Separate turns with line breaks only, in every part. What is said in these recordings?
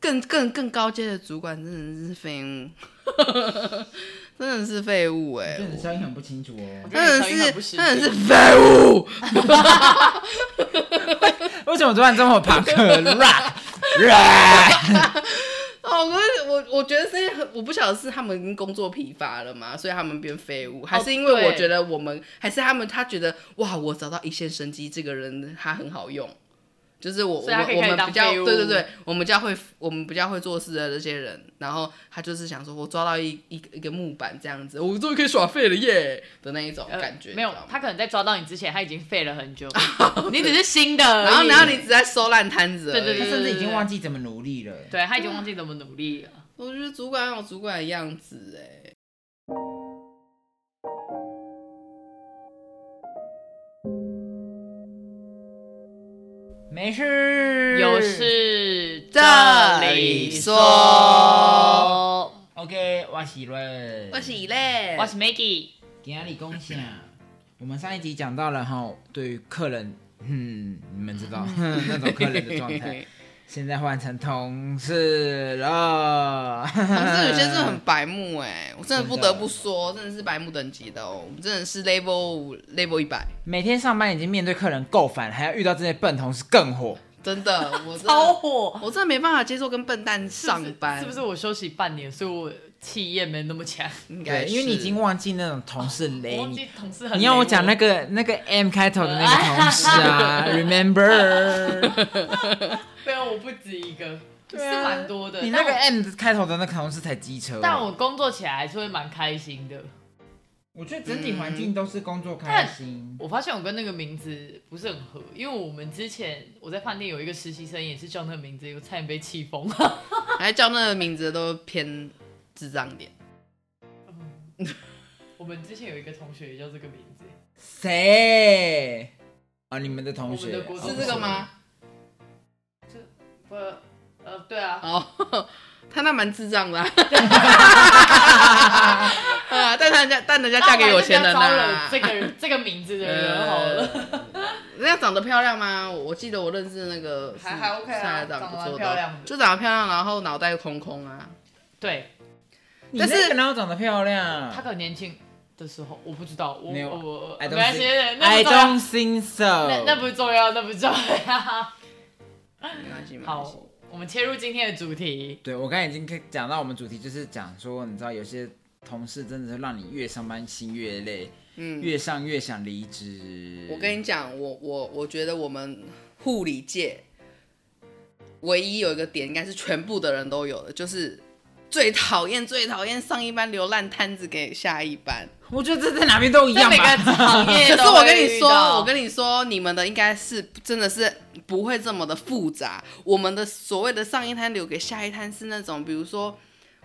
更更更高阶的主管真的是废物，真的是废 物哎、
这你声音很不清楚哦。
真的
我觉得你声音很不
是
行
真的是 废物，
为什么突然这么朋克 rap rap？
哦，我我我觉得是因为很，我不晓得是他们已经工作疲乏了嘛，所以他们变废物，还是因为
哦对
我觉得我们，还是他们他觉得哇，我找到一线生机，这个人他很好用，就是我我
所以他
们
可以
我
开始
们
当
比较
废
对
物
对对，我们比较会我们比较会做事的这些人，然后他就是想说我抓到一一个一个木板这样子，我终于可以耍废了耶的那一种
呃
感觉，
没有
你知道，吗
他可能在抓到你之前，他已经废 了很久，你只是新的而已。
然后然后你只在收烂摊子而已，
对对
他
对
甚至已经忘记怎么努力了。
对他已经忘记怎么努力了。
我觉得主管有主管的样子哎、
没事，
有事
这里
里
说。
OK，我是瑞，
我是嘞，
我是 Maggie，
今天你恭喜啊！我们上一集讲到了哈，对于客人，嗯，你们知道 那种客人的状 态，现在换成同事了。
同事有些真的很白目哎、我真的不得不说，真的是白目等级的哦、我们真的是 level 五 level 一百，
每天上班已经面对客人够烦，还要遇到这些笨同事更火。
真 的，我真
超
的
火。
我真的没办法接受跟笨蛋上班，
是不是我休息半年，所以我气焰没那么强？
应该
对，
是
因为你已经忘记那种同事
我
雷
哦忘
你
记。同事很。
你要我讲那？个那个 M 开头的那个
嗯
同事 啊，Remember？
没啊有，我不止一个，是
对啊
蛮多的。
你那
但
个
我
M 开头的那个同事才机车。
但我工作起来还是会蛮开心的。
我觉得整体环境都是工作开
但
心。
我发现我跟那个名字不是很合，因为我们之前我在饭店有一个实习生也是叫那个名字，我差点被气疯。
还叫那个名字都偏智障点，
我们之前有一个同学也叫这个名字，
谁？啊，你们的同
我
学
们的国
哦
中
是这个吗？
不，呃，对啊，
哦， 他那蛮智障的 啊、 啊，但人家但人家嫁给有钱人啊
那我还是
啦、
不要招惹这个这个名字的人好了，
人家长得漂亮吗？我我记得我认识的那个是
还还 OK 啊
上海长得不错
长得蛮
的
漂亮的
就长得漂亮，然后脑袋空空啊。
对
你
但是
哦那个哪有长得漂亮
他可能年轻的时候，我不知道，我
没有
我我
I
没
don't
关系
think-，
那
？I
不重要
don't，think
那那
so。
不重要，那不重要。
没关系，没关系
好，我们切入今天的主题，
对，我刚才已经讲到我们主题，就是讲说，你知道有些同事真的是让你越上班心越累，
嗯，
越上越想离职。
我跟你讲，我我我觉得我们护理界唯一有一个点，应该是全部的人都有的，就是最讨厌最讨厌上一班留烂摊子给下一班。
我觉得这在哪边都一
在
样
每个
吧。
行业
可
都
是我
会
跟你
遇
说，
到
我跟你说，你们的应该是真的是不会这么的复杂。我们的所谓的上一摊留给下一摊是那种，比如说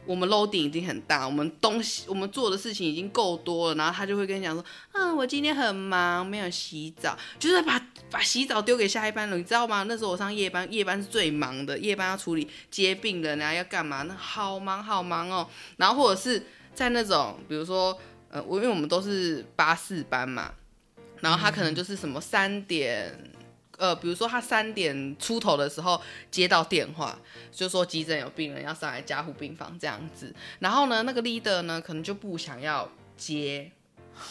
我们 loading 已经很大，我们东西我们做的事情已经够多了，然后他就会跟你讲说，嗯，我今天很忙，没有洗澡，就是把把洗澡丢给下一班了，你知道吗？那时候我上夜班，夜班是最忙的，夜班要处理接病人啊，要干嘛？那好忙好忙哦。然后或者是在那种，比如说。呃，我因为我们都是八四班嘛，然后他可能
嗯
就是什么三点，呃，比如说他三点出头的时候接到电话，就说急诊有病人要上来加护病房这样子，然后呢，那个 leader 呢可能就不想要接。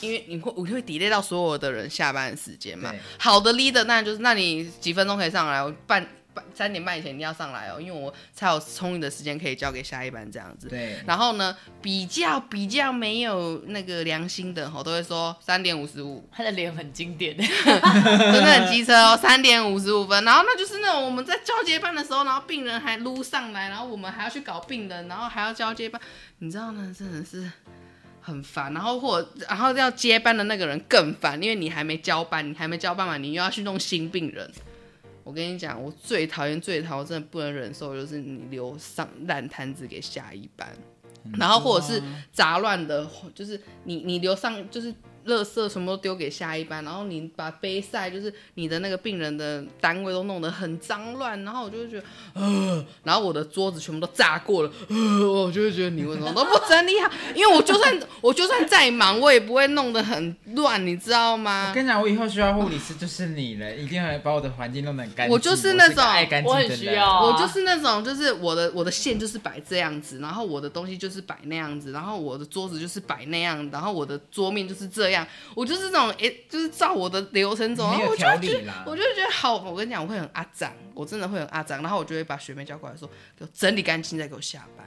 因为你会我会 delay 到所有的人下班的时间嘛
对。
好的 leader 那就是，那你几分钟可以上来？我半半三点半以前一定要上来哦，因为我才有充裕的时间可以交给下一班这样子。
对，
然后呢，比较比较没有那个良心的吼，都会说三点五十五，
他的脸很经典，
真的很机车哦，三点五十五分。然后那就是那种我们在交接班的时候，然后病人还撸上来，然后我们还要去搞病人，然后还要交接班，你知道呢，真的是很烦。然后或然后要接班的那个人更烦，因为你还没交班，你还没交班完，你又要去弄新病人。我跟你讲，我最讨厌最讨厌，真的不能忍受，就是你留上烂摊子给下一班。然后或者是杂乱的，就是你你留上就是垃圾什么都丢给下一班，然后你把杯赛就是你的那个病人的单位都弄得很脏乱，然后我就会觉得，呃，然后我的桌子全部都炸过了，呃，我就会觉得你为什么都不整理好？因为我就算我就算再忙，我也不会弄得很乱，你知道吗
我？跟你讲，我以后需要护理师就是你了，一定会把我的环境弄得很干净。
我
我
就是那
是个
种
爱干净
我
的
很
人。
需要啊
哦
我就是那种，就是我的我的线就是摆这样子，然后我的东西就是摆那样子，然后我的桌子就是摆那样，然后我的桌面就是这样，我就是这种诶，就是照我的流程走，然
没
后
有
我就
条
会
理
觉得
啦
我就会觉得好，我跟你讲，我会很阿脏，我真的会很阿脏，然后我就会把学妹叫过来说，给我整理干净再给我下班。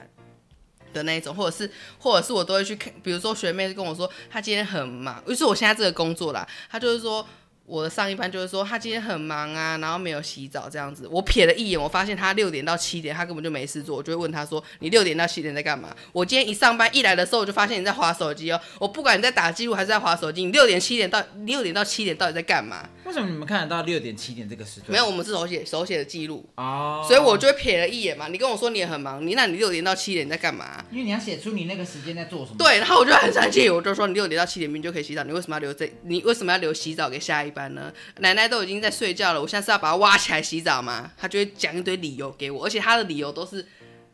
的那一种，或者是，或者是我都会去看，比如说学妹跟我说她今天很忙，就是我现在这个工作啦，她就是说我的上一班就是说她今天很忙啊，然后没有洗澡这样子。我瞥了一眼，我发现她六点到七点，她根本就没事做，我就会问她说：“你六点到七点在干嘛？”我今天一上班一来的时候，我就发现你在划手机哦。我不管你在打记录还是在划手机，你六点七点到六点到七点到底在干嘛？
为什么你们看得到六点七点这个时段？
没有，我们是手写手写的记录，
哦，
所以我就会瞥了一眼嘛。你跟我说你也很忙，你那你六点到七点在干嘛？
因为你要写出你那个时间在做什么。
对，然后我就很生气，我就说你六点到七点明明就可以洗澡，你为什么要留这？你为什么要留洗澡给下一班呢？奶奶都已经在睡觉了，我现在是要把她挖起来洗澡吗？她就会讲一堆理由给我，而且她的理由都是，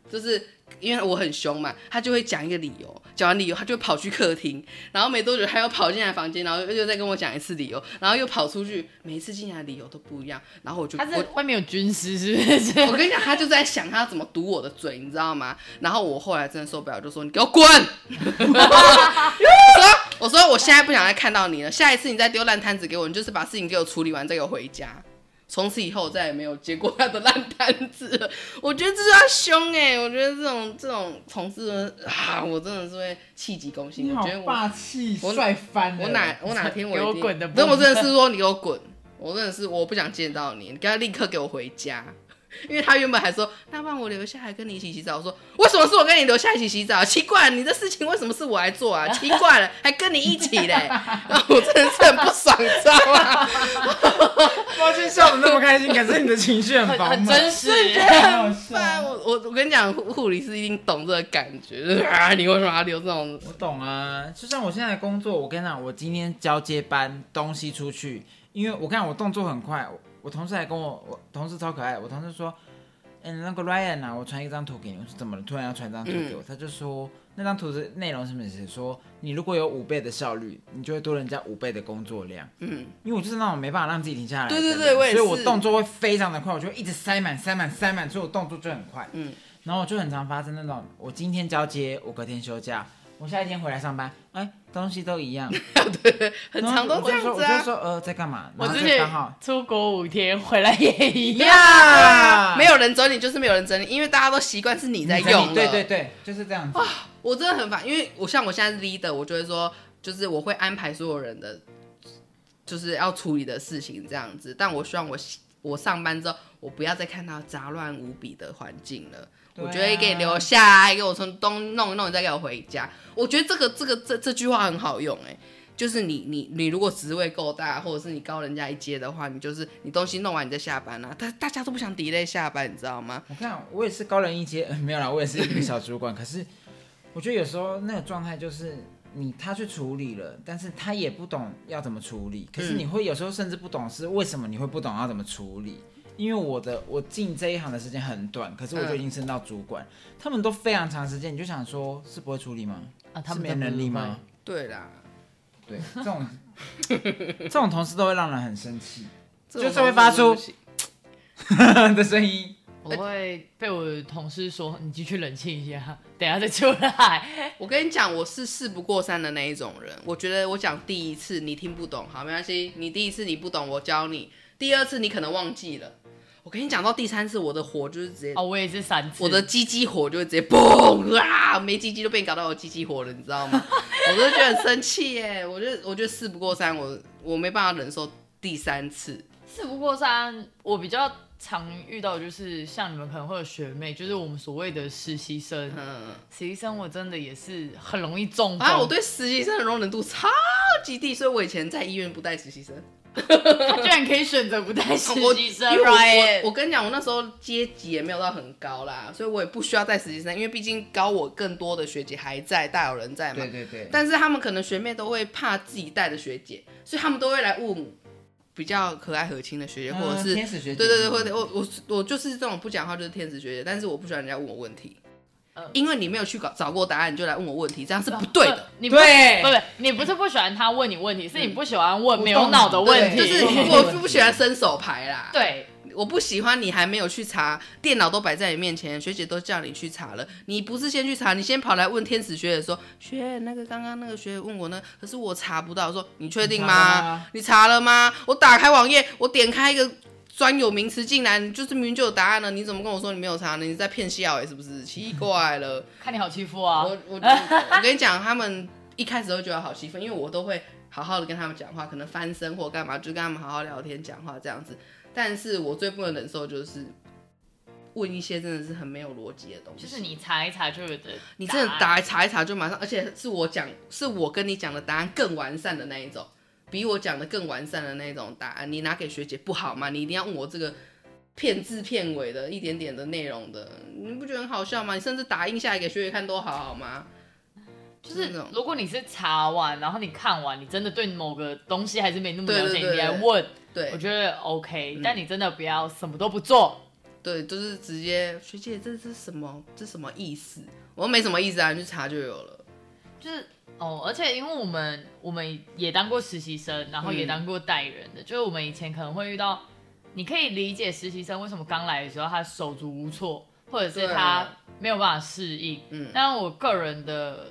就是因为我很凶嘛，她就会讲一个理由，讲完理由她就会跑去客厅，然后没多久她又跑进来房间，然后又又再跟我讲一次理由，然后又跑出去，每一次进来的理由都不一样，然后我就
他
我
是外面有军师是不是？
我跟你讲，他就在想他怎么堵我的嘴，你知道吗？然后我后来真的受不了，就说你给我滚！ 我说我说我现在不想再看到你了，下一次你再丢烂摊子给我，你就是把事情给我处理完再给我回家。从此以后我再也没有接过他的烂摊子 了。我觉得这叫凶哎、我觉得这种这种同事啊，我真的是会气急攻心。
你
我
好
觉得我
霸气，
我
帅翻了。
我哪我哪天我
给我
一定
滚的部
但我
分
真的是说你给我滚，我真的是我不想见到你，你给他立刻给我回家。 因为他原本还说，那不然我留下来跟你一起洗澡。我说，为什么是我跟你留下一起洗澡？奇怪，你的事情为什么是我来做啊？奇怪了，还跟你一起嘞。 然后我真的是很不爽，你知道吗？
抱歉，笑得那么开心，感觉你的情绪很
很
饱
很
满，
真实，
很
不然啊我我我跟你讲，护护理师一定懂这个感觉，就是啊，你为什么要留这种？
我懂啊，就像我现在的工作，我跟你讲，我今天交接班东西出去，因为我看我动作很快，我我同事还跟我，我同事超可爱，我同事说，嗯、那个 Ryan 啊，我传一张图给你，我说怎么了？突然要传一张图
嗯
给我，他就说那张图的内容是什么写说你如果有五倍的效率，你就会多人家五倍的工作量。
嗯，
因为我就是那种没办法让自己停下来的
对
人，啊
对对我也
所以我
是
动作会非常的快，我就会一直塞满、塞满、塞满，所以我动作就很快。
嗯，
然后我就很常发生那种，我今天交接，我隔天休假，我下一天回来上班，哎，东西都一样，
很常都这样子
然后我就
啊。
说我就说呃在干嘛？
我
然后
之
就
前
刚好
出国五天回来也一样，
呀
没有人整理就是没有人整理，因为大家都习惯是你在用了。
对对对，就是这样子。
我真的很烦，因为我像我现在是 leader，我就会说，就是我会安排所有人的，就是要处理的事情这样子。但我希望我我上班之后，我不要再看到杂乱无比的环境了。
对啊
我觉得给你留下来，给我从东弄一弄，你再给我回家。我觉得这个这个这这句话很好用、欸，哎，就是你你你如果职位够大，或者是你高人家一阶的话，你就是你东西弄完你再下班啊。但大家都不想 delay 下班，你知道吗？
我看我也是高人一阶、 呃没有啦，我也是一个小主管。可是我觉得有时候那个状态就是你他去处理了，但是他也不懂要怎么处理。可是你会有时候甚至不懂是为什么你会不懂要怎么处理。因为我的我进这一行的时间很短，可是我就已经升到主管，他们都非常长时间，你就想说是不会处理吗？
啊
是没能力吗？？
对啦，
对，这种这种同事都会让人很生气
这种
就是会发出
东西
的声音。
我会被我的同事说你进去冷静一下，等一下再出 来。
我跟你讲，我是事不过三的那一种人。我觉得我讲第一次你听不懂，好，没关系，你第一次你不懂，我教你；第二次你可能忘记了。我跟你讲到第三次，我的火就是直接，
哦，我也是三次，
我的鸡鸡火就会直接嘣啊，没鸡鸡就被你搞到有鸡鸡火了，你知道吗？我就觉得很生气耶，我就我觉得事不过三，我我没办法忍受第三次。
事不过三，我比较常遇到就是像你们可能会有学妹，就是我们所谓的实习生。
嗯，啊
实习生我真的也是很容易中风。
啊，我对实习生的容忍度超级低，所以我以前在医院不带实习生。
他居然可以选择不带实
我
习生
因为我我我
，Ryan，
跟你讲，我那时候阶级也没有到很高啦，所以我也不需要带实习生，因为毕竟高我更多的学姐还在，大有人在嘛
对。对对，
但是他们可能学妹都会怕自己带的学姐，所以他们都会来问比较和蔼和亲的学姐，
嗯
或者是
天使学姐嗯
对对对，或者我我我就是这种不讲话就是天使学姐，但是我不喜欢人家问我问题，
嗯
因为你没有去搞找过答案，你就来问我问题，这样是
嗯
不对的。
呃你不
对
不不，你不是不喜欢他问你问题，是你不喜欢问
嗯
没有脑的问题。
对， 就是
对
我不喜欢伸手牌啦。
对，
我不喜欢你还没有去查，电脑都摆在你面前，学姐都叫你去查了，你不是先去查，你先跑来问天使学姐说，学姐那个刚刚那个学姐问我呢，可是我查不到，我说你确定
你嗯查了
吗
吗？
你查了吗？我打开网页，我点开一个专有名词进来，你就是明明就有答案了，你怎么跟我说你没有查呢？你在骗笑哎、是不是？奇怪了。
看你好欺负啊！
我 我我跟你讲，他们一开始都觉得好气愤，因为我都会好好的跟他们讲话，可能翻身或干嘛，就跟他们好好聊天讲话这样子。但是我最不能忍受就是问一些真的是很没有逻辑的东西，
就是你查一查就有的答案，
你真的打查一查就马上，而且是我讲，是我跟你讲的答案更完善的那一种，比我讲的更完善的那一种答案，你拿给学姐不好吗？你一定要问我这个片字片尾的一点点的内容的，你不觉得很好笑吗？你甚至打印下来给学姐看都好好吗？
就是
那种
如果你是查完，然后你看完，你真的对某个东西还是没那么
对
了
对
解，
对
你来问，
对嗯
我觉得 OK、但你真的不要什么都不做，
对，就是直接学姐，这是什么？这什么意思？我说没什么意思啊，你去查就有了。
就是哦。而且因为我们我们也当过实习生，然后也
嗯
当过带人的，就是我们以前可能会遇到，你可以理解实习生为什么刚来的时候他手足无措，或者是
对
他没有办法适应。
嗯
但我个人的，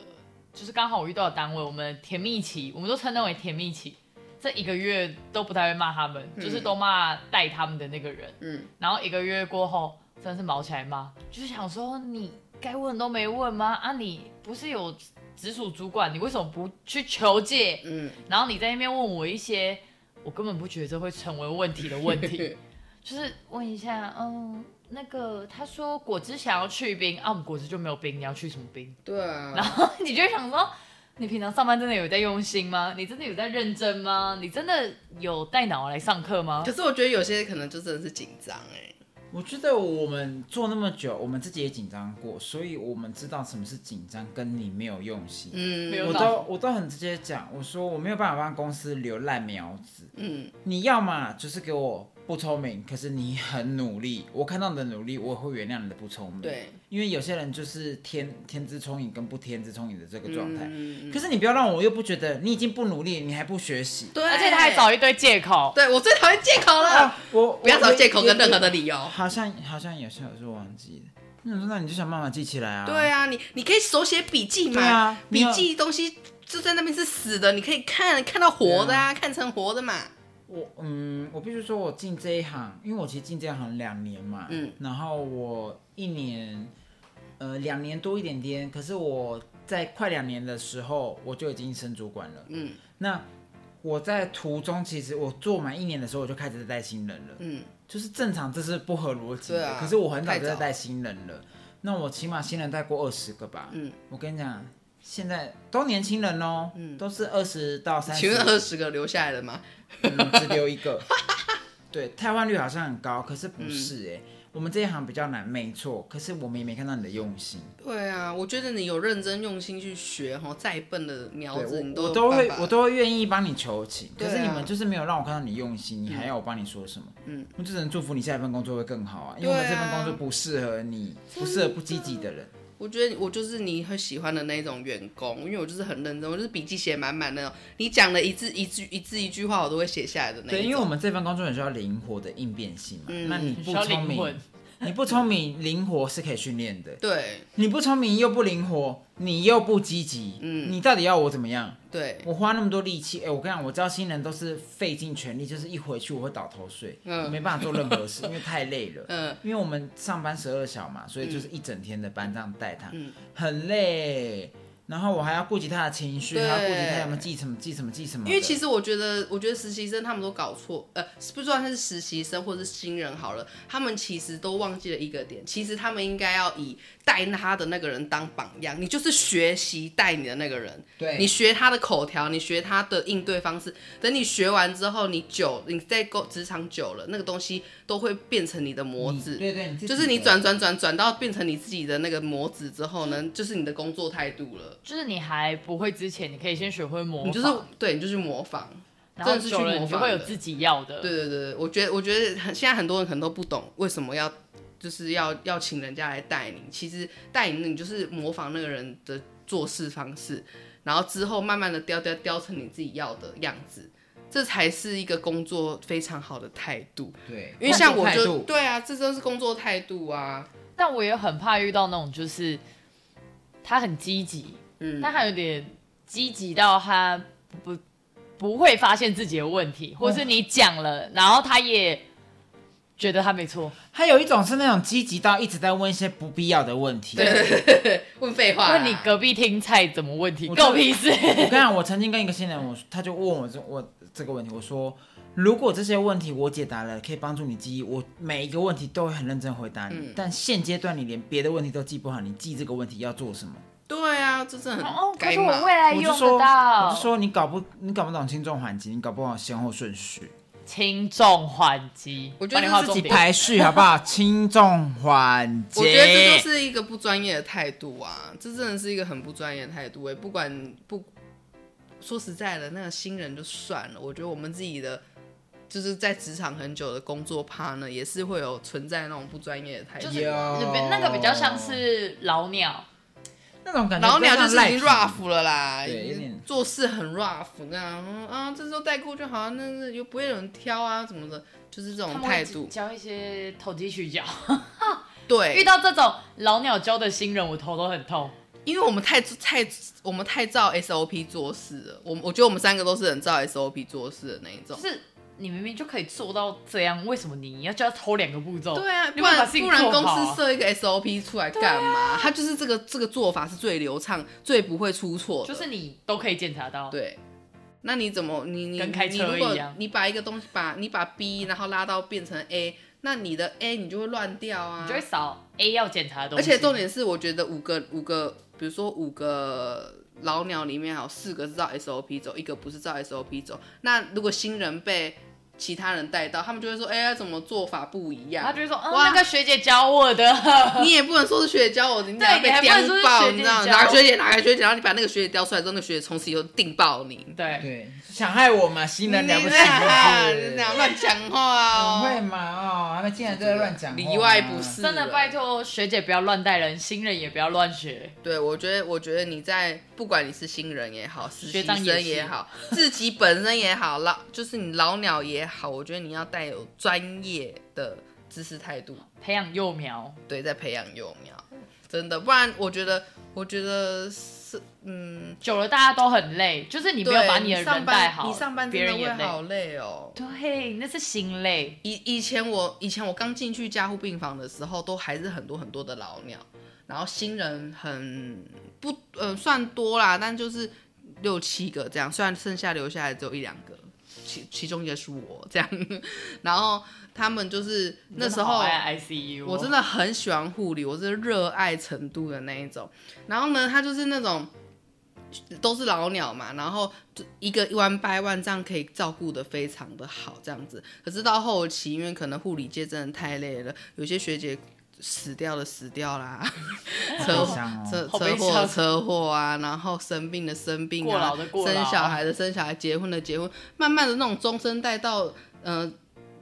就是刚好我遇到的单位，我们甜蜜期，我们都称它为甜蜜期。这一个月都不太会骂他们，就是都骂带他们的那个人。
嗯，
然后一个月过后，真的是毛起来骂，就是想说你该问都没问吗？啊，你不是有直属主管，你为什么不去求解？
嗯，
然后你在那边问我一些我根本不觉得这会成为问题的 问题，就是问一下，嗯，那个他说果汁想要去冰，啊，我们果汁就没有冰，你要去什么冰？
对啊。
然后你就会想说，你平常上班真的有在用心吗？你真的有在认真吗？你真的有带脑来上课吗
可？是我觉得有些可能就真的是紧张哎。
我觉得我们做那么久，我们自己也紧张过，所以我们知道什么是紧张，跟你没有用心。
嗯
没有
我
脑
都我都很直接讲，我说我没有办法帮公司留烂苗子，
嗯，
你要嘛就是给我不聪明，可是你很努力，我看到你的努力，我也会原谅你的不聪明。
对，
因为有些人就是天天资聪颖跟不天资聪颖的这个状态。
嗯
可是你不要让我又不觉得你已经不努力，你还不学习。
对，
而且他还找一堆借口，
对我最讨厌借口了
啊，， 我
不要找借口跟任何。
我
的理由。
好像好像有些我是忘记的，那你说那你就想办法记起来啊。
对啊，你你可以手写笔记
对
嘛
啊，没
笔
有
记东西就在那边是死的，你可以看看到活的啊，看成活的嘛。
我嗯，我必须说，我进这一行，因为我其实进这一行两年嘛，
嗯，
然后我一年，呃，两年多一点点，可是我在快两年的时候，我就已经升主管了。
嗯
那我在途中，其实我做满一年的时候，我就开始在带新人了，
嗯
就是正常，这是不合逻辑
对
的。
啊
可是我很早
太
就
早
在带新人了，那我起码新人带过二十个吧。
嗯，
我跟你讲，现在都年轻人哦，
嗯
都是二十到三十。
请问二十个留下来了吗？
嗯，只留一个。 对，汰换率好像很高，可是不
嗯
是哎、我们这一行比较难，没错。可是我们也没看到你的用心。
对啊，我觉得你有认真用心去学哈，再笨的苗
对
子哦你
我，我
有
都会
办，法
我都会愿意帮你求情。可是
对啊
你们就是没有让我看到你用心，你还要我帮你说什么？
嗯，
我就只能祝福你下一份工作会更好啊，因为
对啊
我们这份工作不适合你，不适合不积极的人。
我觉得我就是你很喜欢的那种员工，因为我就是很认真，我就是笔记写满满那种。你讲的一字一句一字一句话，我都会写下来的那
对，因
一
为
种。
我们这份工作很需要灵活的应变性嘛。
嗯
那你
需
不
要
聪
灵
明
魂，。
你不聪明，灵活是可以训练的。
对
你不聪明又不灵活，你又不积极，
嗯
你到底要我怎么样？
对，
我花那么多力气，哎、我跟你讲，我知道新人都是费尽全力，就是一回去我会倒头睡，
嗯
没办法做任 何事，因为太累了。
嗯
因为我们上班十二小嘛，所以就是一整天的班这样带他，
嗯
很累。然后我还要顾及他的情绪，还要顾及他有没有
对
记什么记什么记什么的。
因为其实我觉得，我觉得实习生他们都搞错，呃，不知道他是实习生或是新人好了，他们其实都忘记了一个点，其实他们应该要以带他的那个人当榜样，你就是学习带你的那个人，
对
你学他的口条，你学他的应对方式，等你学完之后，你久你在工职场久了，那个东西都会变成你的模
你
子。
对嗯对，你自己
就是你
的
转转转转到变成你自己的那个模子之后呢，就是你的工作态度了。
就是你还不会之前，你可以先学会模仿，
你就是对，你就去模仿。
然后
真的是去
久了
模
你就
仿
会有
的
自己要的。
对对对，对我觉得我觉得很现在很多人可能都不懂为什么要就是要要请人家来带你。其实带你，你就是模仿那个人的做事方式，然后之后慢慢的雕雕雕成你自己要的样子，这才是一个工作非常好的态度。
对，
因为像
工
我
作态
就
度
对啊，这就是工作态度啊。
但我也很怕遇到那种就是他很积极，
嗯
但他有点积极到他不不会发现自己的问
嗯
题，或是你讲了，然后他也觉得他没错，
还有一种是那种积极到一直在问一些不必要的问题。
问废话啦，
问你隔壁听菜怎么问题，
我
够 屁事。
我跟你讲，我曾经跟一个新人，我他就问我这我这个问题，我说如果这些问题我解答了，可以帮助你记忆，我每一个问题都会很认真回答
嗯
你。但现阶段你连别的问题都记不好，你记这个问题要做什么？
对啊，这真的
哦
很，
可
该
是我
骂。
未来
我就
用
说，
得到，
我就说你搞不你搞不懂轻重缓急，你搞不懂先后顺序，
轻重缓急，
我觉得
帮你
就是
画重
自己
你
点。
排序好不好？轻重缓急。
我觉得这就是一个不专业的态度啊，这真的是一个很不专业的态度、欸。不管不说实在的，那个新人就算了，我觉得我们自己的就是在职场很久的工作 partner 也是会有存在那种不专业的态度。
就是
有
那个比较像是老鸟，
那种感觉，
然后鸟就是已经
比较像赖皮
rough 了啦，
对有
已经
点
做事很 rough，那样嗯啊，这时候带过就好，那那又不会有人挑啊，怎么的，就是这
他
种
们
态
会
度。嗯
教一些投机取巧。
对，
遇到这种老鸟教的新人，我头都很痛。
因为我们太太我们太照 SOP 做事了，我我觉得我们三个都是很照 SOP 做事的那一种
就。是你明明就可以做到这样，为什么你要就要偷两个步骤？
对啊，
哦你
不
有没有把
然
事情
不
做
然
好啊
公司设一个 SOP 出来干嘛？他就是这个这个做法是最流畅、最不会出错的。
就是你都可以检查到。
对，那你怎么你你
跟开
你
车
如果
一样
你把一个东西把你把 B 然后拉到变成 A，那你的 A 你就会乱掉啊
你就。会少 A 要检查的东
而
西。
且重点是，我觉得五个五个，比如说五个老鸟里面，还有四个是照 SOP 走，一个不是照 SOP 走。那如果新人被其他人带到，他们就会说：“哎、呀，怎么做法不一样？”
他就会说，嗯，
啊哇
那个学姐教我的，
你也不能说是学姐教我的，你等下被
对你还不能
刁
说是
爆，
学
你
姐
知道吗？
教
哪个学姐哪个学姐，然后你把那个学姐刁出来之后，那个学姐从此以后定爆你。啊
对，
对，想害我嘛，新人了不起
你啊，
是不是
你俩乱讲话
不会
哦，
嘛？哦，他们竟然都在乱讲话，
里外不是。
真的拜托学姐不要乱带人，新人也不要乱学。
对，我觉得，我觉得你在不管你是新人也好，实习
学长也
生
是
也好，自己本身也好，老就是你老鸟也好，我觉得你要带有专业的知识态度，
培养幼苗，
对，在培养幼苗，真的，不然我觉得，我觉得是，嗯，
久了大家都很累，就是你没有
对
把的
上
人带
班，
好，
你上班
别
真的
人也
会
累。
好累哦。
对，那是心累。
以以前我以前我刚进去加护病房的时候，都还是很多很多的老鸟，然后新人很不呃算多啦，但就是六七个这样，虽然剩下留下来只有一两个，其其中一个是我这样， 然后他们就是那时候
真的好爱啊 ICU，
我真的很喜欢护理，我是热爱程度的那一种。然后呢，他就是那种都是老鸟嘛，然后就一个 one by one 这样可以照顾的非常的好，这样子。可是到后期，因为可能护理界真的太累了，有些学姐死掉了，死掉啦，车
好悲伤哦
车
嗯好
车
悲
祸
伤
车祸啊，然后生病的生病
过
啊
劳的，过
生
劳
小孩的生小孩，结婚的结婚，慢慢的那种中生代到呃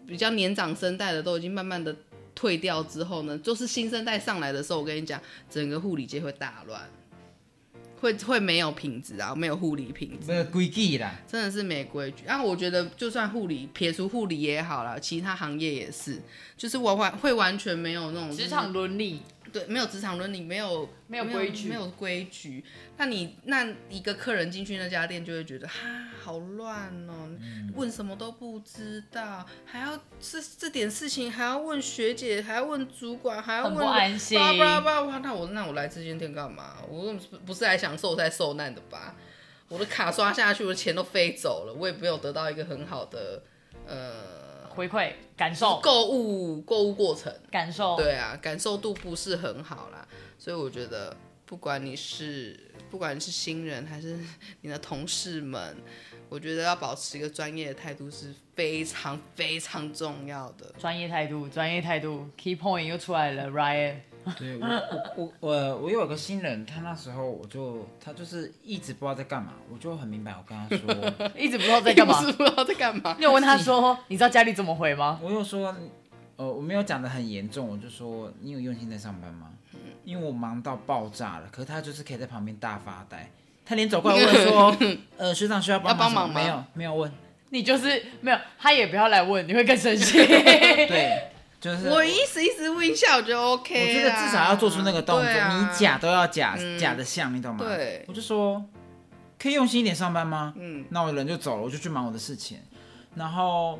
比较年长生代的都已经慢慢的退掉之后呢，就是新生代上来的时候，我跟你讲，整个护理界会大乱，会会没有品质啊，没有护理品质，
没有规矩啦。
真的是没规矩。啊，我觉得就算护理撇除护理也好啦，其他行业也是，就是完完会完全没有那种
职场伦理，
对，没有职场伦理，没有
没有规矩
没有规矩。那你那一个客人进去那家店，就会觉得哈好乱哦，问什么都不知道，还要这这点事情还要问学姐，还要问主管，还要
很
问
不安心
巴拉巴拉巴拉。那我那我来这间店干嘛？我根本不不是来享受在受难的吧？我的卡刷下去，我的钱都飞走了，我也没有得到一个很好的呃
回馈感受
购物购物过程。
感受，
对啊，感受度不是很好啦，所以我觉得不管你是不管是新人还是你的同事们，我觉得要保持一个专业的态度是非常非常重要的。
专业态度，专业态度，key point 又出来了，Ryan，
对我我我我我有个新人，他那时候我就他就是一直不知道在干嘛，我就很明白，我跟他说，
一直不知道 在干嘛
不。是不知道在干嘛
你，有问他说，你知道家里怎么回吗？
我又说，呃，我没有讲的很严重，我就说你有用心在上班吗？
嗯
因为我忙到爆炸了，可是他就是可以在旁边大发呆，他连走过来问 说，呃，学长需要帮
要帮忙
什
吗
么没有没有问，
你就是没有，他也不要来问，你会更生气。
对，就是
我意思意思问一啊下，我觉得 OK
啊
我觉得
啦
至少要做出那个动作，
对啊、
你假都要假、
嗯
假的像，你懂吗？
对
我就说可以用心一点上班吗？
嗯，
那我人就走了，我就去忙我的事情。然后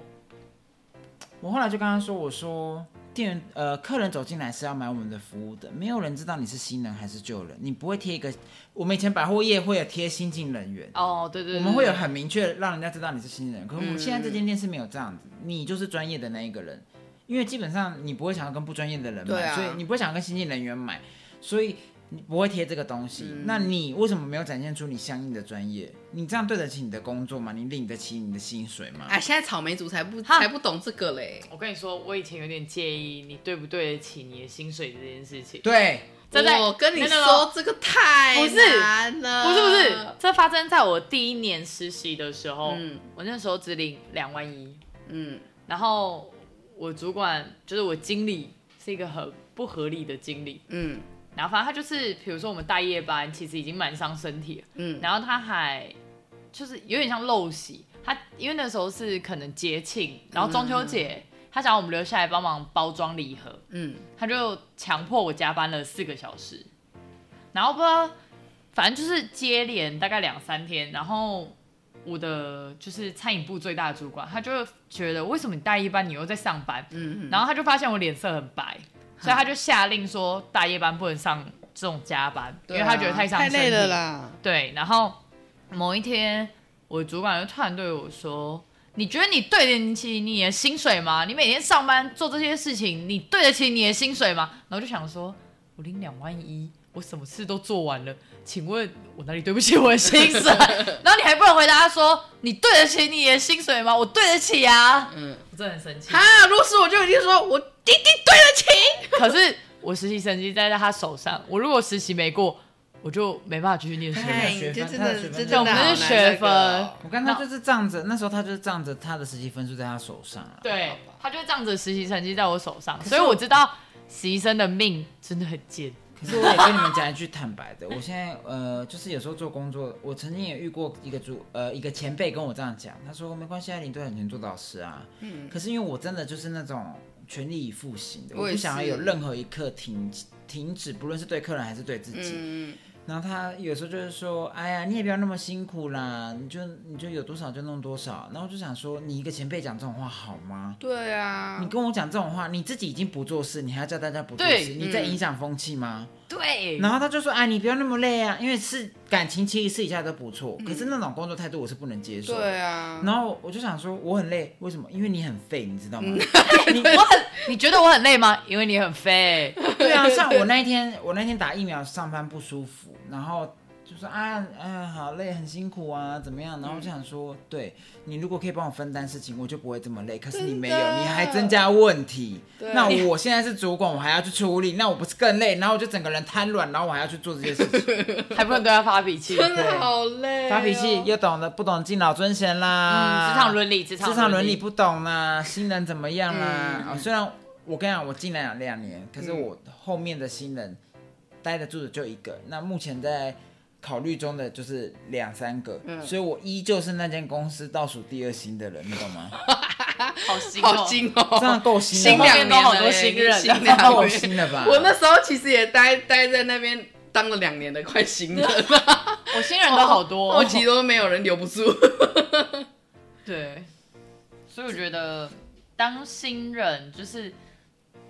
我后来就跟他说，我说店员呃，客人走进来是要买我们的服务的，没有人知道你是新人还是旧人，你不会贴一个，我们以前百货业会有贴新进人员。
哦，对
嗯
对对，
我们会有很明确让人家知道你是新人，可是我们现在这间店是没有这样子，你就是专业的那一个人，因为基本上你不会想要跟不专业的人
对
买，
啊
所以你不会想要跟新进人员买，所以你不会贴这个东西。
嗯
那你为什么没有展现出你相应的专业？你这样对得起你的工作吗？你领得起你的薪水吗？
哎，现在草莓族才不
哈
才不懂这个嘞。
我跟你说，我以前有点介意你对不对得起你的薪水这件事情。
对，
真的
我跟你
真的
说，这个太
不是
难了，
不是不是，这发生在我第一年实习的时候，
嗯
我那时候只领两万一，
嗯
然后我主管就是我经理是一个很不合理的经理，
嗯
然后反正他就是，比如说我们大夜班，其实已经蛮伤身体了，
嗯
然后他还就是有点像陋习，他因为那时候是可能节庆，然后中秋节，他想要我们留下来帮忙包装礼盒，
嗯，
他就强迫我加班了四个小时，然后不知道，反正就是接连大概两三天，然后我的就是餐饮部最大的主管，他就觉得为什么你大夜班你又在上班，
嗯
然后他就发现我脸色很白，所以他就下令说大夜班不能上这种加班，因
对
为
啊
他觉得太伤
太
身体
累了啦。
对，然后某一天，我主管就突然对我说：“你觉得你对得起你的薪水吗？你每天上班做这些事情，你对得起你的薪水吗？”然后我就想说，我领两万一，我什么事都做完了，请问我哪里对不起我的薪水？ 然后你还不能回答他说：“你对得起你的薪水吗？”我对得起啊！
嗯，
我真的很生气。
哈，如果是我就已经说我弟弟对得起。
可是我实习成绩在他手上，我如果实习没过，我就没办法继续念书了。
哎这真的这真的
我
我
们
们
是学
是
学
分
分
哦。
我看他就是仗着那时候他就是仗着他的实习分数在他手上啊。
对
好吧，
他就这样子实习成绩在我手上，所以我知道实习生的命真的很贱。
可是我也跟你们讲一句坦白的，我 现在呃，就是有时候做工作，我曾经也遇过一个主呃一个前辈跟我这样讲，他说没关系，啊，你都很能做老师啊。嗯。可是因为我真的就是那种全力以赴型的，
我
我
也
不想要
是
有任何一刻停停止，不论是对客人还是对自己。
嗯，
然后他有时候就是说，哎呀，你也不要那么辛苦啦，你就你就有多少就弄多少。然后我就想说，你一个前辈讲这种话好吗？
对啊
你，跟我讲这种话，你自己已经不做事，你还要叫大家不做
对
事，你在
嗯
影响风气吗？
对
然后他就说：“哎，你不要那么累啊，因为是感情其实私底下都不错，可是那种工作态度我是不能接受。
嗯对啊，
然后我就想说，我很累，为什么？因为你很废，你知道吗？
嗯
你我很，你觉得我很累吗？因为你 很废。
对啊，像我那一天，我那天打疫苗上班不舒服，然后就说啊，嗯、好累，很辛苦啊，怎么样？然后我就想说，对你如果可以帮我分担事情，我就不会这么累。可是你没有，
真的
你还增加问题。
啊对
那我现在是主管，我还要去处理，那我不是更累？然后我就整个人瘫软，然后我还要去做这些事情。”
还不能对他发脾气。
真的好累哦。
发脾气又懂得不懂敬老尊贤啦，
嗯职场伦理职场
职场伦
伦
理
理
不懂啦，新人怎么样啦
嗯？
哦，虽然我跟你讲，我进来两年，可是我后面的新人待得住的就一个，那目前在考虑中的就是
嗯
两三个，所以我依旧是那间公司倒数第二新的人，你懂吗？
好新
好
哦。
新哦，
这样够新
新
了吧？
两
两
年
年
了
了耶
新
新
这样
两
够
年。
新了吧？
我那时候其实也待待在那边当了两年的快新人了，
我新人都好多、哦，
后期都没有人留不住。
对，所以我觉得当新人就是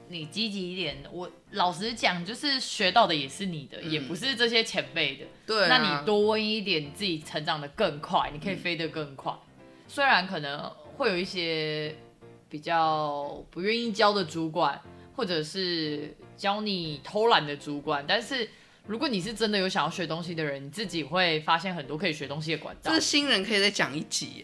你积极一点。我老实讲，就是学到的也是你的，也不是这些前辈的。
对啊，嗯
那你多温一点，你自己成长的更快，你可以飞得更快。虽然可能会有一些比较不愿意教的主管，或者是教你偷懒的主管，但是如果你是真的有想要学东西的人，你自己会发现很多可以学东西的管道
这。是新人可以再讲一集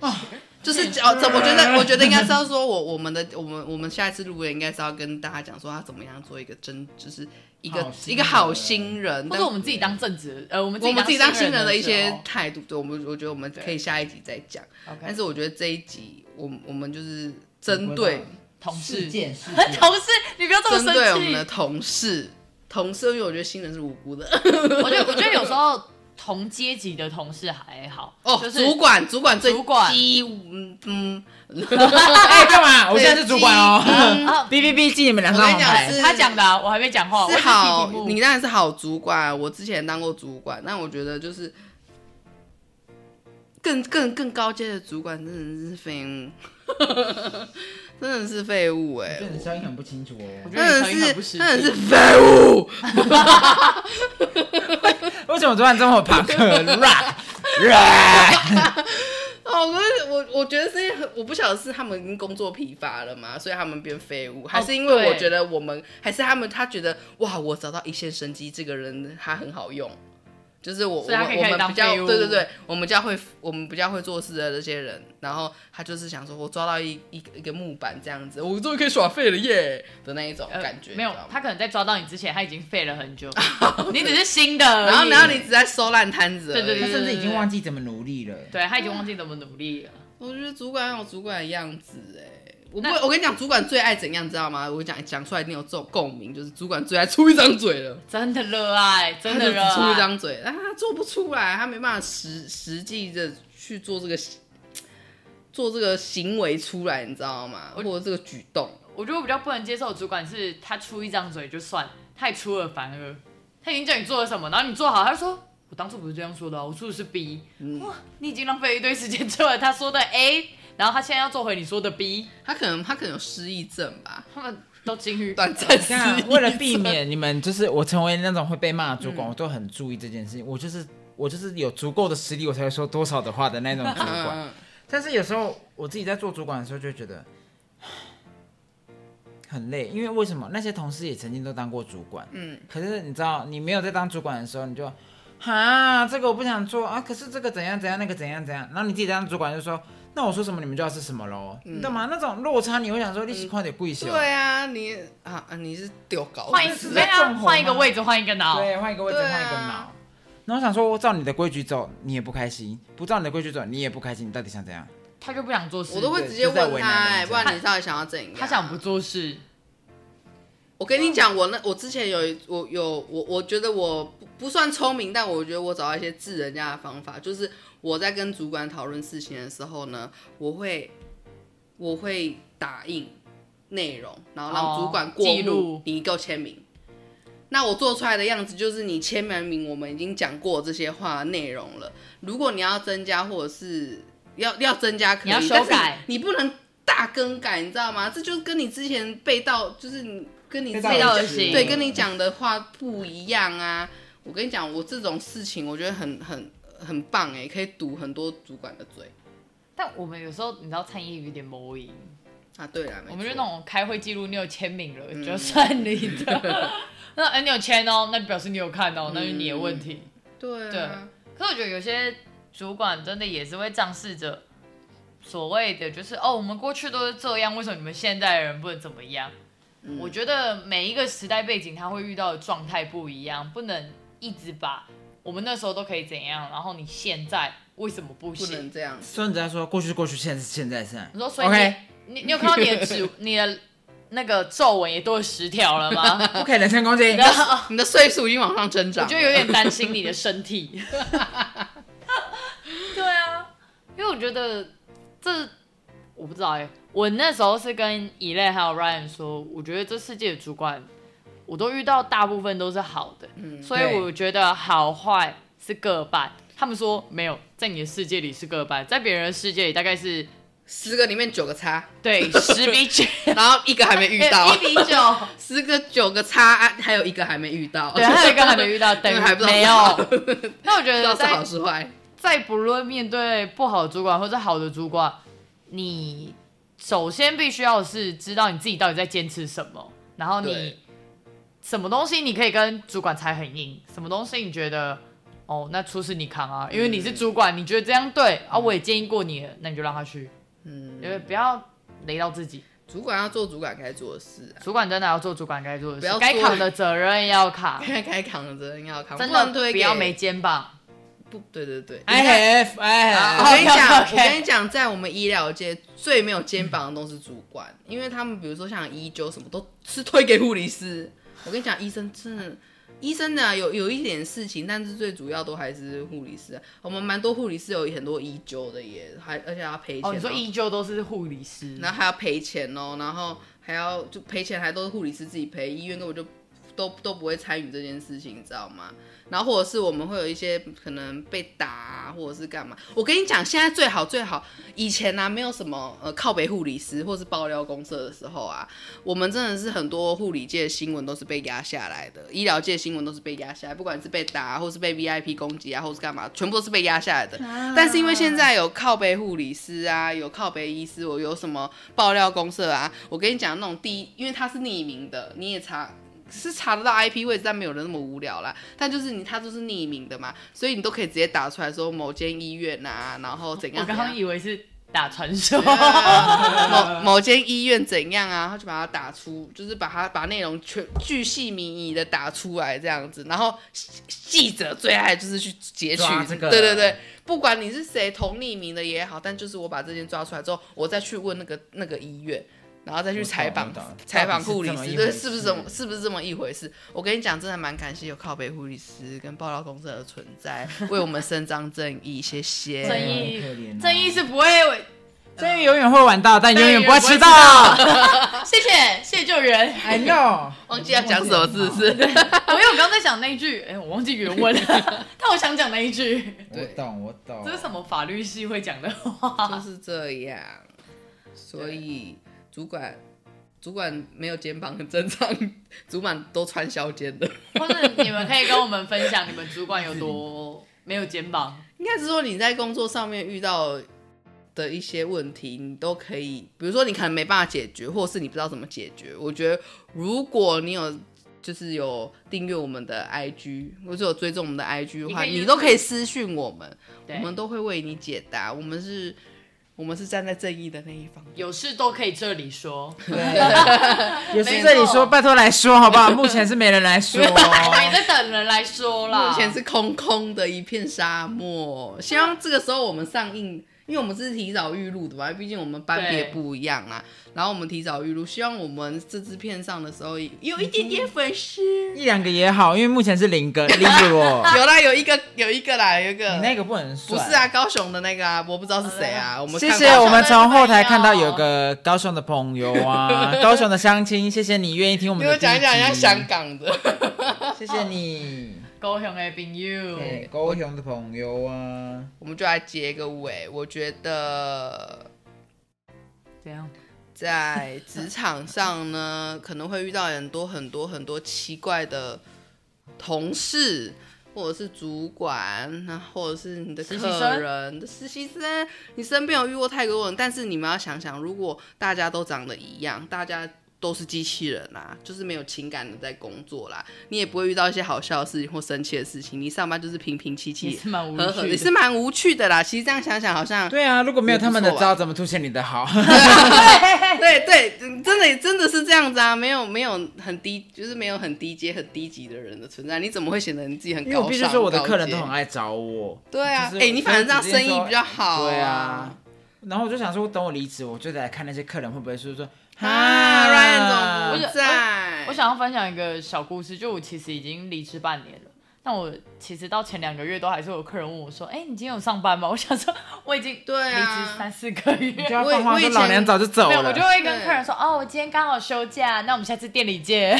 哎、 就是哦，怎我觉得，我觉得应该是要说我我们的我们我们下一次录的应该是要跟大家讲说他怎么样做一个真，就是一个
好新人
一个好新人，
或
但
者我们自己当正职，呃，我们
我们自己当新人
的
的一
时
些
候
态度，对，我们我觉得我们可以下一集再讲。但
哦 OK
是我觉得这一集，我我们就是针对
同事
事，件事件，
同事，你不要这么
针对我
生
们的
气。
同事，同事，因为我觉得新人是无辜的。
我觉得，我觉得有时候同阶级的同事还好，
哦，
就是
主管，主管最
主管
鸡，嗯嗯，
哎，干嘛？我现在是主管 哦。
啊，
哔哔哔，记你们两张
嗯我跟你讲
牌
是
他讲的啊、我还没讲话。我
是
只提
好
题目，
你当然是好主管。啊我之前当过主管，但我觉得就是更更更高阶的主管真的是废物， 真的是废物哎、
这人声音很不清楚哦
我。觉
真
得
的
你声音很不
是
实
真的
际。
是废物，
为什么昨晚这么朋 克 rap rap？
嗯哦，可是我我觉得是因为很我不晓得是他们已经工作疲乏了嘛，所以他们变废物，还是因为
哦对
我觉得我们，还是他们他觉得哇，我找到一线生机，这个人他很好用，就是我我
所以他
们
可以
我
开始
们
当
比较
废物
对对对，我们比较会我们比较会做事的那些人，然后他就是想说我抓到一一个一个木板这样子，我终于可以耍废了耶的那一种
呃
感觉，
没有
你知道，吗
他可能在抓到你之前，他已经废 了很久。你只是新的而已，
然后然后你只在收烂摊子而已，
对对
他
对
甚至已经忘记怎么努力了。
对他已经忘记怎么努力了。
我觉得主管有主管的样子哎、我不
那
会，我跟你讲，主管最爱怎样，你知道吗？我讲讲出来一定有这种共鸣，就是主管最爱出一张嘴了，
真的热爱，真
他就
的
只
热
出一
爱。
张嘴，但他做不出来，他没办法实实际的去做这个做这个行为出来，你知道吗？或者这个举动，
我觉得我比较不能接受的主管是他出一张嘴就算，太出尔反尔。他已经叫你做了什么，然后你做好，他就说：“我当初不是这样说的啊、我说的是 B。
嗯
哇，你已经浪费一堆时间做了他说的 A，然后他现在要做回你说的 B，
他可能他可能有失忆症吧，
他们都金鱼。
短暂失
像
忆。
啊
嗯
为了避免你们就是我成为那种会被骂的主管，我都很注意这件事情。我就是我就是有足够的实力，我才会说多少的话的那种主管。
嗯，
但是有时候我自己在做主管的时候，就会觉得 唉很累，因为为什么那些同事也曾经都当过主管，
嗯，
可是你知道你没有在当主管的时候，你就哈这个我不想做啊，可是这个怎样怎样，那个怎样怎样，然后你自己当主管就说。那我说什么你们就要是什么喽，你懂吗？那种落差你会想说你喜快点跪下，
嗯对啊，你啊啊你是丢稿
换一
子
次，
在
对啊，
纵火吗
换一个位置，换一个脑。
对，换一个位置，
对啊
换一个脑。然后我想说，我照你的规矩走，你也不开心；不照你的规矩走，你也不开心。你到底想怎样？
他就不想做事，
我都会直接
对就在
问
为
他、
难人
哎，不然你到底想要怎样？
他想不做事，
我跟你讲，我那我之前有一我有我我觉得我不不算聪明，但我觉得我找到一些治人家的方法，就是我在跟主管讨论事情的时候呢，我会我会打印内容，然后让
哦
主管过
记
目
录，
你给我签名。那我做出来的样子就是你签完名，我们已经讲过这些话的内容了。如果你要增加或者是要要增加可以，
你要修
但是
改
你不能大更改，你知道吗？这就跟你之前被盗，就是你跟你
被盗
的
的行
对，跟你讲的话不一样啊。我跟你讲，我这种事情我觉得很很很棒哎，可以堵很多主管的嘴
但我们有时候你知道，餐饮有点魔音，
啊。对啦，没
我
错
们
嗯
就那种开会记录，你有签名了，就算你的。 那哎，你有签哦，那就表示你有看哦，那是你的问
嗯
题。
对啊，
可是我觉得有些主管真的也是会仗势着所谓的，就是哦，我们过去都是这样，为什么你们现代人不能怎么样？
嗯
我觉得每一个时代背景他会遇到的状态不一样，不能一直把我们那时候都可以怎样，然后你现在为什么不
不
行？
能这样。
孙子他说过去是过去，现在是现在是现在。
你说，所以你
OK，
你你有看到你的 指你的那个皱纹也多了十条了吗？
不可以人身攻击。
然后
你的岁数已经往上增长
哦我
了，
就有点担心你的身 体。对啊，因为我觉得这我不知道哎、我那时候是跟以类还有 Ryan 说，我觉得这世界的主管，我都遇到大部分都是好的，所以
对
我觉得好坏是各半。他们说没有，在你的世界里是各半，在别人的世界里大概是
十个里面九个差，
对十比 九，
然后一个还没遇到
一，比九，
十个九个差，啊还有一个还没遇到，
对，还有一个还没遇到，等于
对还不知道
没有。那我觉
不知
得
道是
在
好是坏。
在不论面对不好的主管或者好的主管，你首先必须要是知道你自己到底在坚持什么，然后你
对
什么东西你可以跟主管才很硬，什么东西你觉得哦那出事你扛啊，
嗯
因为你是主管，你觉得这样对啊，我也建议过你了，那你就让他去，
嗯，
因为不要雷到自己。
主管要做主管该做的事啊，
主管真的要做主管该做的
不要说
事，该扛的责任 要扛，
该该扛的责任要扛，
真
不然
的
推
不
给
要没肩膀。
不对对对。
I have I
我
have，
跟你讲
OK，OK
我跟你讲，在我们医疗界最没有肩膀的都是主管，因为他们比如说像医灸什么，都是推给护理师。我跟你讲，医生真的，医生呢、有有一点事情，但是最主要都还是护理师啊。我们蛮多护理师有很多医灸的耶，还而且要赔钱、
哦，你说依旧都是护理师，
然后还要赔钱哦，然后还要就赔钱，还都是护理师自己赔，医院根本就都都不会参与这件事情，你知道吗？然后或者是我们会有一些可能被打、啊，或者是干嘛？我跟你讲，现在最好最好，以前呢、啊、没有什么呃靠北护理师或是爆料公社的时候啊，我们真的是很多护理界的新闻都是被压下来的，医疗界的新闻都是被压下来，不管是被打、啊、或是被 VIP 攻击啊，或是干嘛，全部都是被压下来的。
啊
但是因为现在有靠北护理师啊，有靠北医师，我有什么爆料公社啊，我跟你讲那种第一，因为它是匿名的，你也查是查得到 IP 位置，但没有人那么无聊啦。但就是你，它就是匿名的嘛，所以你都可以直接打出来说某间医院啊，然后怎
我
样怎
刚
样
刚。以为是打传说。
啊某某间医院怎样啊，他就把它打出，就是把它把内容全巨细靡遗的打出来这样子，然后记记者最爱就是去截取
抓这个
对对对，不管你是谁，同匿名的也好，但就是我把这件抓出来之后，我再去问那个那个医院。然后再去
我懂
采访
我懂
采访
到底是
护理
这么
师，
一
对，
回
是不是
事
这么是不是这么一回事？我跟你讲，真的蛮感谢有靠北护理师跟报道公社的存在，为我们伸张正义，谢谢。
正义
可怜啊
正义是不会，
正义永远会晚到，但永远不会迟到。
谢谢谢谢救人。
I know，
忘记要讲什么，是不是？
我因为我刚在想那一句，哎、我忘记原文 了，但我想讲那一句，
我懂我懂。
哦
这是什么法律系会讲的 话？
就是这样。所以主管主管没有肩膀很正常，主管都穿削肩的。
或者你们可以跟我们分享你们主管有多没有肩膀？
应该是说你在工作上面遇到的一些问题，你都可以，比如说你可能没办法解决，或是你不知道怎么解决。我觉得如果你有。就是有订阅我们的 IG，或者有追踪我们的 IG 的话，
你可以
你都可以私讯我们，
对
我们都会为你解答。我们是，我们是站在正义的那一方。
有事都可以这里说，
啊
也是这里说，拜托来说好不好？目前是没人来说。
我们也哎在等人来说啦。
目前是空空的一片沙漠。希望这个时候我们上映，因为我们是提早预录的嘛，毕竟我们班别
对
不一样啦。然后我们提早预录，希望我们这支片上的时候有一点点粉丝。
一两个也好，因为目前是零个，例如我
有啦，有一个，有一个啦，有一
你
个。
那个不能
不
算。
是啊，高雄的那个啊，我不知道是谁啊。我们
谢
看
谢
高雄
我们从后台看到有个高雄的朋友啊，高雄的乡亲，谢谢你愿意听我
你
们
给我
的。
讲一讲人家香，港的。
谢谢你。
高雄的朋友，
对高雄的朋友啊，
我们就来结个尾。我觉得
怎样？
在职场上呢，可能会遇到很多很多很多奇怪的同事，或者是主管，那或者是你的
实习生
客人、你的实习生，你身边有遇过太多人，但是你们要想想，如果大家都长得一样，大家。都是机器人啊，就是没有情感的在工作啦，你也不会遇到一些好笑的事情或生气的事情，你上班就是平平气
也
气、
是蛮无
和和，
趣
也
的。
是蛮无趣的啦。其实这样想想，好像
对啊，如果没有他们的
也不错啊
招，怎么凸显你的好？
对对，真的真的是这样子啊，没有没有很低，就是没有很低阶、很低级的人的存在，你怎么会显得你自己很高
因
尚？
为我必须说，我的客人都很
高阶
爱找我。
对啊，
就是
哎、你反正这样
直接
生
说
意比较好、
对
啊
啊。。然后我就想说，等我离职，我就来看那些客人会不会说说
啊
啊
，Ryan 总不在，
我想要分享一个小故事，就我其实已经离职半年了，但我其实到前两个月都还是有客人问我说：“哎、你今天有上班吗？”我想说，我已经
对
离
啊
职三四个
你
月
就。要
我以
放话
我以
说
前
老娘早就走
没有，
了。
我就会跟
对
客人说，哦，我今天刚好休假，那我们下次店里见。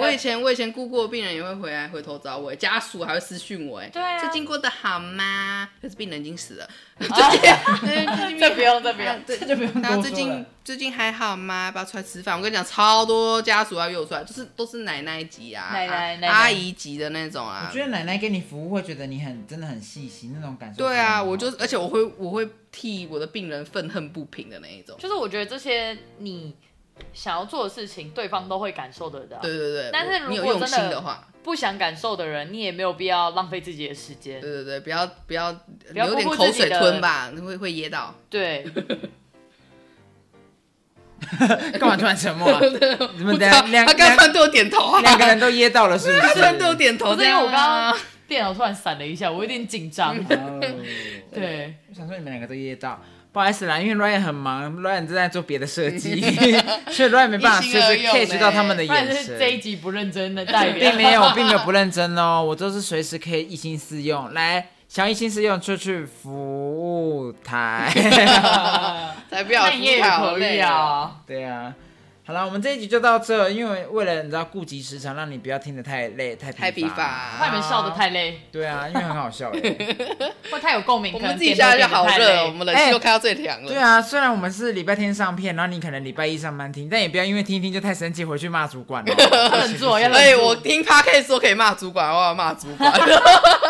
我以前我以前顾过的病人也会回来回头找我，家属还会私讯我，哎，
对啊
最近过得好吗？可是病人已经 死了，最近最近
这不用这不用
啊对
这就不用多
然后最
说
近
了
最近还好吗？要不要出来吃饭？我跟你讲，超多家属要约我出来，就是都是奶奶级啊，
奶奶
啊
奶奶
阿姨级的那种啊
我觉。得奶奶给你服务会觉得你很真的很细心那种感受。
对啊，我就而且我会我会替我的病人愤恨不平的那一种。
就是我觉得这些你想要做的事情，对方都会感受得到。
对对对，
但是
我你有
如果
用
真
心
的
的话，
不想感受的人，你也没有必要浪费自己的时间
对。对对，不要不要
要
留点
辜负
口
自己
水
的
吞吧，会会噎到。
对，
哎干嘛突然沉 默啊？你们等
他
下 两
他刚才突然
两
对我点头啊，
两个人都噎到了，是不
他突然对我
是？
点头
不是
这
因为
样啊，
我 刚刚电脑突然闪了一下，我有点紧张。
嗯
哦
对，
我想说你们两个都噎到，不好意思啦，因为 Ryan 很忙，Ryan 正在做别的 设计，所以 Ryan 没办法
一
随
心二
时
用欸
catch 到他们的
不然就
眼
是这一
神。
集不认真的代表
并。没有，我并没有不认真哦， 我都是随时可以一心四用。来，想要一心四用就去服务台。
才不要
那你也可以，啊。
对啊，好了，我们这一集就到这，因为为了你知道顾及时长，让你不要听得太累太
太疲乏
怕你们笑得太累，
对啊，因为很好笑耶。
或太有共鸣，
我
可
们
能
自己
电
下
脑
就
变得
好
太
热
累
啊哦，我们冷气
哎
都开到最凉了。
对啊，虽然我们是礼拜天上片，然后你可能礼拜一上班听，但也不要因为听一听就太生气，回去骂主管哦。
不能做，要
哎、
忍住
我听 p o d c a s 说可以骂主管，我要骂主 管，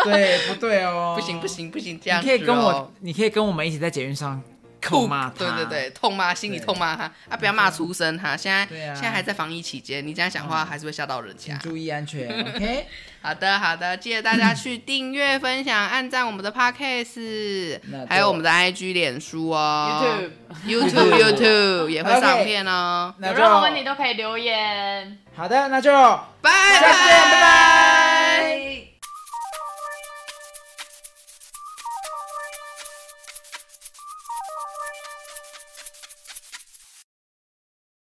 对，不对哦？
不行不，行不行，这样、哦、
你可以跟我，你可以跟我们一起在捷运上
痛
痛骂他。
对对对，痛骂，心里
对
痛骂他啊，不要骂出声哈。现在、
对啊嗯
现在还在防疫期间，你这样讲话还是会吓到人
请
家。
注意安全，OK？
好的好的，记得大家去订阅、分享、按赞我们的 podcast，
那就
还有我们的 IG、脸书哦
YouTube。
YouTube YouTube 也会
OK
上片哦。
那
有
就
任何问题都可以留言。
好的，那就
拜
下次见，拜
拜。
拜。